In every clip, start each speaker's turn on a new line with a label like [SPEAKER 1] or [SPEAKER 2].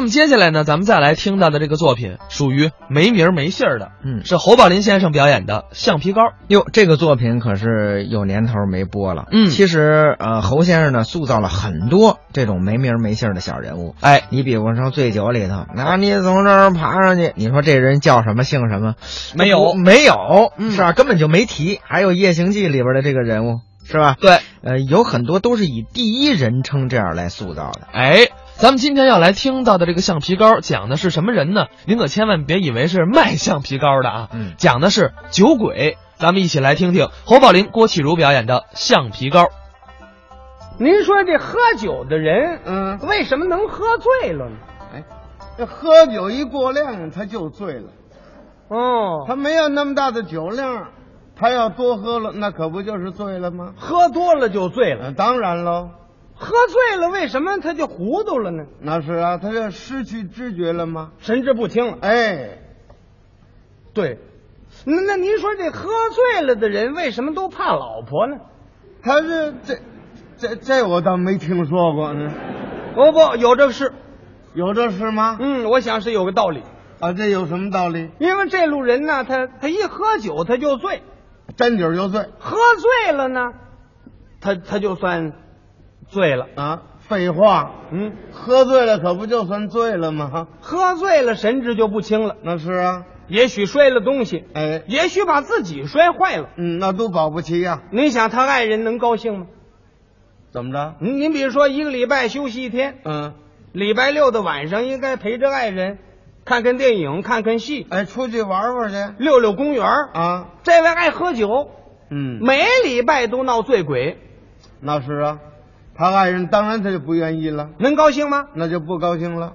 [SPEAKER 1] 那么接下来呢，咱们再来听到的这个作品属于没名儿没姓儿的，
[SPEAKER 2] 嗯，
[SPEAKER 1] 是侯宝林先生表演的《橡皮膏》。
[SPEAKER 2] 哟，这个作品可是有年头没播了。
[SPEAKER 1] 嗯
[SPEAKER 2] 其实呃，侯先生呢塑造了很多这种没名儿没姓儿的小人物。
[SPEAKER 1] 哎，
[SPEAKER 2] 你比方说醉酒里头，啊，你从这儿爬上去，你说这人叫什么姓什么？
[SPEAKER 1] 没有
[SPEAKER 2] 不没有，
[SPEAKER 1] 嗯
[SPEAKER 2] 是吧？根本就没提。还有《夜行记》里边的这个人物，是吧？
[SPEAKER 1] 对，
[SPEAKER 2] 呃，有很多都是以第一人称这样来塑造的。
[SPEAKER 1] 哎，咱们今天要来听到的这个《橡皮膏》讲的是什么人呢？您可千万别以为是卖橡皮膏的啊，
[SPEAKER 2] 嗯
[SPEAKER 1] 讲的是酒鬼。咱们一起来听听侯宝林、郭启儒表演的《橡皮膏》。
[SPEAKER 3] 您说这喝酒的人，
[SPEAKER 4] 嗯
[SPEAKER 3] 为什么能喝醉了呢？
[SPEAKER 4] 哎，这喝酒一过量，他就醉了。
[SPEAKER 3] 哦，
[SPEAKER 4] 他没有那么大的酒量，他要多喝了，那可不就是醉了吗？
[SPEAKER 3] 喝多了就醉了，
[SPEAKER 4] 嗯，当然喽，
[SPEAKER 3] 喝醉了为什么他就糊涂了呢？
[SPEAKER 4] 那是啊，他这失去知觉了吗？
[SPEAKER 3] 神志不清啊了。
[SPEAKER 4] 哎，
[SPEAKER 3] 对，那那您说这喝醉了的人为什么都怕老婆呢？
[SPEAKER 4] 他是这这这我倒没听说过呢，
[SPEAKER 3] 哦不，有这个事。
[SPEAKER 4] 有这事吗？
[SPEAKER 3] 嗯，我想是有个道理，
[SPEAKER 4] 啊，这有什么道理？
[SPEAKER 3] 因为这路人呢，他他一喝酒他就醉，
[SPEAKER 4] 沾酒就醉
[SPEAKER 3] 喝醉了呢，他他就算醉了。
[SPEAKER 4] 啊？废话，
[SPEAKER 3] 嗯，
[SPEAKER 4] 喝醉了可不就算醉了吗？
[SPEAKER 3] 喝醉了神志就不清了，
[SPEAKER 4] 那是啊，
[SPEAKER 3] 也许摔了东西，
[SPEAKER 4] 哎，
[SPEAKER 3] 也许把自己摔坏了。
[SPEAKER 4] 嗯，那都保不齐呀、
[SPEAKER 3] 您想他爱人能高兴吗？
[SPEAKER 4] 怎么着？
[SPEAKER 3] 您您比如说一个礼拜休息一天，
[SPEAKER 4] 嗯，
[SPEAKER 3] 礼拜六的晚上应该陪着爱人看看电影、看看戏、
[SPEAKER 4] 哎，出去玩玩去
[SPEAKER 3] 溜溜公园儿。
[SPEAKER 4] 啊。
[SPEAKER 3] 这位爱喝酒，
[SPEAKER 4] 嗯，
[SPEAKER 3] 每礼拜都闹醉鬼，
[SPEAKER 4] 那是啊，他爱人当然他就不愿意了，
[SPEAKER 3] 能高兴吗？
[SPEAKER 4] 那就不高兴了。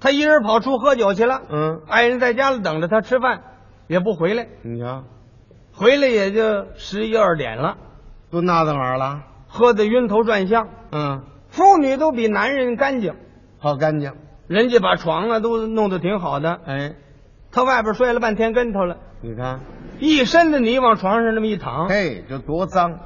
[SPEAKER 3] 他一人跑出喝酒去了，
[SPEAKER 4] 嗯，
[SPEAKER 3] 爱人在家里等着他吃饭，也不回来，
[SPEAKER 4] 你瞧，
[SPEAKER 3] 回来也就十一二点了，
[SPEAKER 4] 都那那玩意儿了。
[SPEAKER 3] 喝得晕头转向。
[SPEAKER 4] 嗯，
[SPEAKER 3] 妇女都比男人干净，
[SPEAKER 4] 好干净。
[SPEAKER 3] 人家把床啊都弄得挺好的，
[SPEAKER 4] 哎，
[SPEAKER 3] 他外边摔了半天跟头了。
[SPEAKER 4] 你看，
[SPEAKER 3] 一身的泥往床上那么一躺，
[SPEAKER 4] 嘿，这多脏。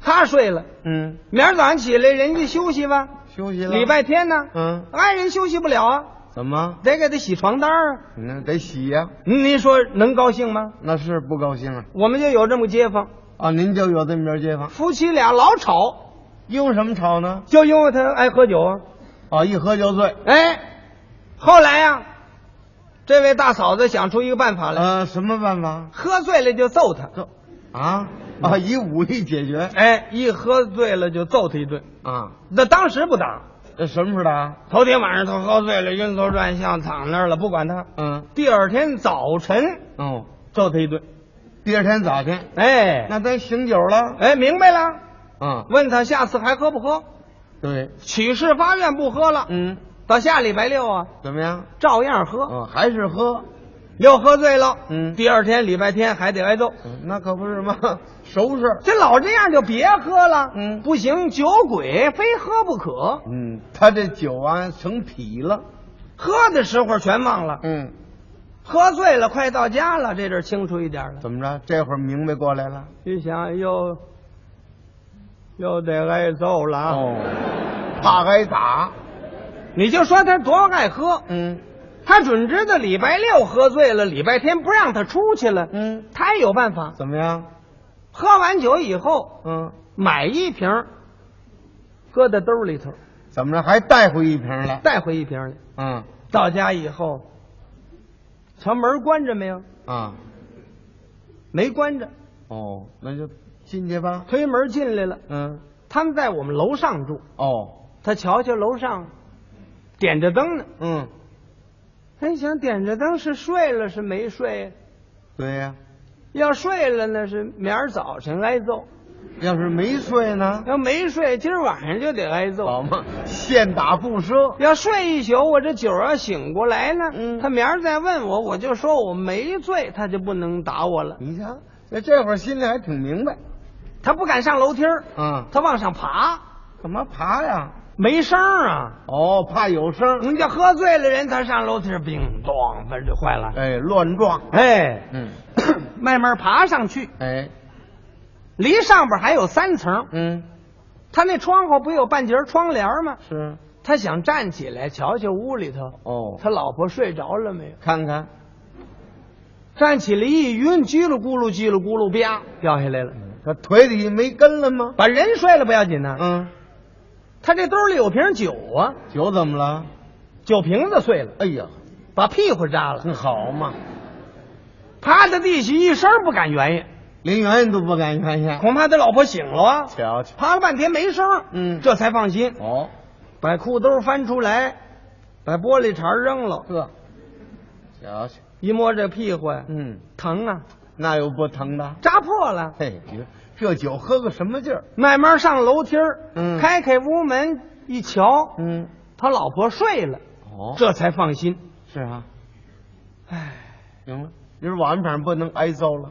[SPEAKER 3] 他睡了。
[SPEAKER 4] 嗯，
[SPEAKER 3] 明儿早上起来，人家休息吧。
[SPEAKER 4] 休息了。
[SPEAKER 3] 礼拜天呢，
[SPEAKER 4] 嗯，
[SPEAKER 3] 爱人休息不了啊，
[SPEAKER 4] 怎么？
[SPEAKER 3] 得给他洗床单儿啊。
[SPEAKER 4] 那得洗呀、
[SPEAKER 3] 您您说能高兴吗？
[SPEAKER 4] 那是不高兴啊。
[SPEAKER 3] 我们就有这么街坊，
[SPEAKER 4] 啊，您就有这么边街坊，
[SPEAKER 3] 夫妻俩老吵，
[SPEAKER 4] 因什么吵呢？
[SPEAKER 3] 就因为他爱喝酒啊。
[SPEAKER 4] 啊，一喝就醉。
[SPEAKER 3] 哎，后来呀、这位大嫂子想出一个办法来，
[SPEAKER 4] 呃，什么办法？
[SPEAKER 3] 喝醉了就揍他。
[SPEAKER 4] 这啊啊，以武力解决
[SPEAKER 3] 嗯哎，一喝醉了就揍他一顿。
[SPEAKER 4] 啊？
[SPEAKER 3] 那当时不打，
[SPEAKER 4] 这什么时候啊打？
[SPEAKER 3] 头天晚上他喝醉了，晕头转向，躺那儿了，不管他。
[SPEAKER 4] 嗯，
[SPEAKER 3] 第二天早晨
[SPEAKER 4] 哦，
[SPEAKER 3] 揍他一顿。
[SPEAKER 4] 第二天早晨，
[SPEAKER 3] 哎，
[SPEAKER 4] 那咱醒酒了。
[SPEAKER 3] 哎，明白了。
[SPEAKER 4] 啊，
[SPEAKER 3] 问他下次还喝不喝？
[SPEAKER 4] 对，
[SPEAKER 3] 起誓发愿不喝了。
[SPEAKER 4] 嗯，
[SPEAKER 3] 到下礼拜六啊，
[SPEAKER 4] 怎么样？
[SPEAKER 3] 照样喝，
[SPEAKER 4] 哦，还是喝，
[SPEAKER 3] 又喝醉了。
[SPEAKER 4] 嗯
[SPEAKER 3] 第二天礼拜天还得挨揍。
[SPEAKER 4] 嗯那可不是嘛， 熟识。
[SPEAKER 3] 这老这样就别喝了。
[SPEAKER 4] 嗯
[SPEAKER 3] 不行，酒鬼非喝不可。
[SPEAKER 4] 嗯，他这酒啊成痞了。
[SPEAKER 3] 喝的时候全忘了，
[SPEAKER 4] 嗯，
[SPEAKER 3] 喝醉了，快到家了，这阵儿清楚一点了。
[SPEAKER 4] 怎么着？这会儿明白过来了。
[SPEAKER 3] 一想又又得挨揍了啊。
[SPEAKER 4] 哦，怕挨打。
[SPEAKER 3] 你就说他多爱喝，
[SPEAKER 4] 嗯
[SPEAKER 3] 他准知道礼拜六喝醉了，礼拜天不让他出去了。
[SPEAKER 4] 嗯，
[SPEAKER 3] 他也有办法，
[SPEAKER 4] 怎么样？
[SPEAKER 3] 喝完酒以后
[SPEAKER 4] 嗯，
[SPEAKER 3] 买一瓶儿，搁在兜里头，
[SPEAKER 4] 怎么着？还带回一瓶来？
[SPEAKER 3] 带回一瓶来。
[SPEAKER 4] 嗯
[SPEAKER 3] 到家以后，瞧门关着没有？
[SPEAKER 4] 啊，
[SPEAKER 3] 没关着，
[SPEAKER 4] 哦，那就进去吧。
[SPEAKER 3] 推门进来了。
[SPEAKER 4] 嗯，
[SPEAKER 3] 他们在我们楼上住，
[SPEAKER 4] 哦，
[SPEAKER 3] 他瞧瞧楼上点着灯呢。
[SPEAKER 4] 嗯，
[SPEAKER 3] 他一想，点着灯是睡了是没睡？啊
[SPEAKER 4] 对呀、
[SPEAKER 3] 要睡了那是明儿早晨挨揍。
[SPEAKER 4] 要是没睡呢？
[SPEAKER 3] 要没睡，今儿晚上就得挨揍。
[SPEAKER 4] 好嘛，现打不赊。
[SPEAKER 3] 要睡一宿，我这酒要醒过来呢，
[SPEAKER 4] 嗯
[SPEAKER 3] 他明儿再问我，我就说我没醉，他就不能打我了。
[SPEAKER 4] 你瞧，那这会儿心里还挺明白。
[SPEAKER 3] 他不敢上楼梯儿，
[SPEAKER 4] 啊，
[SPEAKER 3] 他往上爬，
[SPEAKER 4] 干嘛爬呀？
[SPEAKER 3] 没声儿啊。
[SPEAKER 4] 哦，怕有声儿，
[SPEAKER 3] 人家喝醉了人，他上楼梯儿，叮咚，反正就坏了。
[SPEAKER 4] 哎，乱撞。
[SPEAKER 3] 哎，
[SPEAKER 4] 嗯，
[SPEAKER 3] 慢慢爬上去，
[SPEAKER 4] 哎，
[SPEAKER 3] 离上边还有三层。
[SPEAKER 4] 嗯，
[SPEAKER 3] 他那窗户不有半截窗帘吗？
[SPEAKER 4] 是，
[SPEAKER 3] 他想站起来瞧瞧屋里头，
[SPEAKER 4] 哦
[SPEAKER 3] 他老婆睡着了没有？
[SPEAKER 4] 看看，
[SPEAKER 3] 站起来一晕，叽里咕噜叽里咕噜，啪掉下来了，
[SPEAKER 4] 他腿底下没根了吗？
[SPEAKER 3] 把人摔了不要紧呐、
[SPEAKER 4] 嗯，
[SPEAKER 3] 他这兜里有瓶酒啊，
[SPEAKER 4] 酒怎么了？
[SPEAKER 3] 酒瓶子碎了，
[SPEAKER 4] 哎呀，
[SPEAKER 3] 把屁股扎了，
[SPEAKER 4] 那嗯好嘛，
[SPEAKER 3] 趴在地下一声不敢原因，
[SPEAKER 4] 连圆圆都不敢看下。
[SPEAKER 3] 恐怕他老婆醒了啊，
[SPEAKER 4] 瞧瞧，
[SPEAKER 3] 趴了半天没声儿，
[SPEAKER 4] 嗯
[SPEAKER 3] 这才放心，
[SPEAKER 4] 哦，
[SPEAKER 3] 把裤兜翻出来，把玻璃碴扔了，
[SPEAKER 4] 呵，瞧瞧，
[SPEAKER 3] 一摸这屁股呀，
[SPEAKER 4] 嗯，
[SPEAKER 3] 疼啊，
[SPEAKER 4] 那有不疼的？
[SPEAKER 3] 扎破了。
[SPEAKER 4] 嘿，你这酒喝个什么劲儿？
[SPEAKER 3] 慢慢上楼梯儿，
[SPEAKER 4] 嗯
[SPEAKER 3] 开开屋门一瞧，
[SPEAKER 4] 嗯，
[SPEAKER 3] 他老婆睡了，
[SPEAKER 4] 哦，
[SPEAKER 3] 这才放心。
[SPEAKER 4] 是啊，
[SPEAKER 3] 唉，
[SPEAKER 4] 行了，今儿晚上不能挨揍了。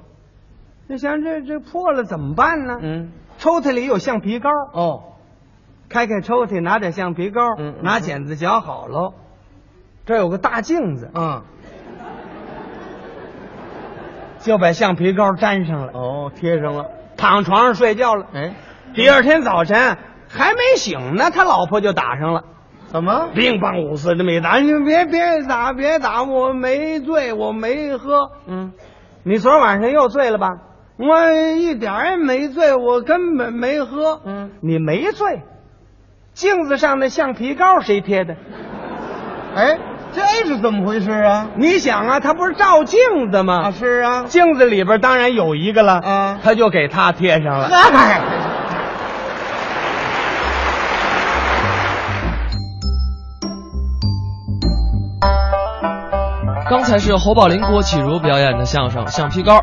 [SPEAKER 3] 就想这这破了怎么办呢？
[SPEAKER 4] 嗯，
[SPEAKER 3] 抽屉里有橡皮膏，
[SPEAKER 4] 哦，
[SPEAKER 3] 开开抽屉拿点橡皮膏，
[SPEAKER 4] 嗯嗯
[SPEAKER 3] 拿剪子绞好喽。这有个大镜子，
[SPEAKER 4] 嗯，
[SPEAKER 3] 就把橡皮膏粘上了，
[SPEAKER 4] 哦，贴上了。
[SPEAKER 3] 躺床上睡觉了。
[SPEAKER 4] 哎，
[SPEAKER 3] 第二天早晨还没醒呢，他老婆就打上了。
[SPEAKER 4] 怎么？
[SPEAKER 3] 乒乓五四这么一打，你别别打，别打，我没醉，我没喝。
[SPEAKER 4] 嗯，
[SPEAKER 3] 你昨儿晚上又醉了吧？我一点儿也没醉，我根本没喝。
[SPEAKER 4] 嗯，
[SPEAKER 3] 你没醉。镜子上的橡皮膏谁贴的？
[SPEAKER 4] 哎，这是怎么回事啊？
[SPEAKER 3] 你想啊，他不是照镜子吗？
[SPEAKER 4] 啊，是啊，
[SPEAKER 3] 镜子里边当然有一个了，
[SPEAKER 4] 啊
[SPEAKER 3] 他就给他贴上了。
[SPEAKER 4] 嗨，
[SPEAKER 1] 刚才是侯宝林、郭启儒表演的相声《橡皮膏》。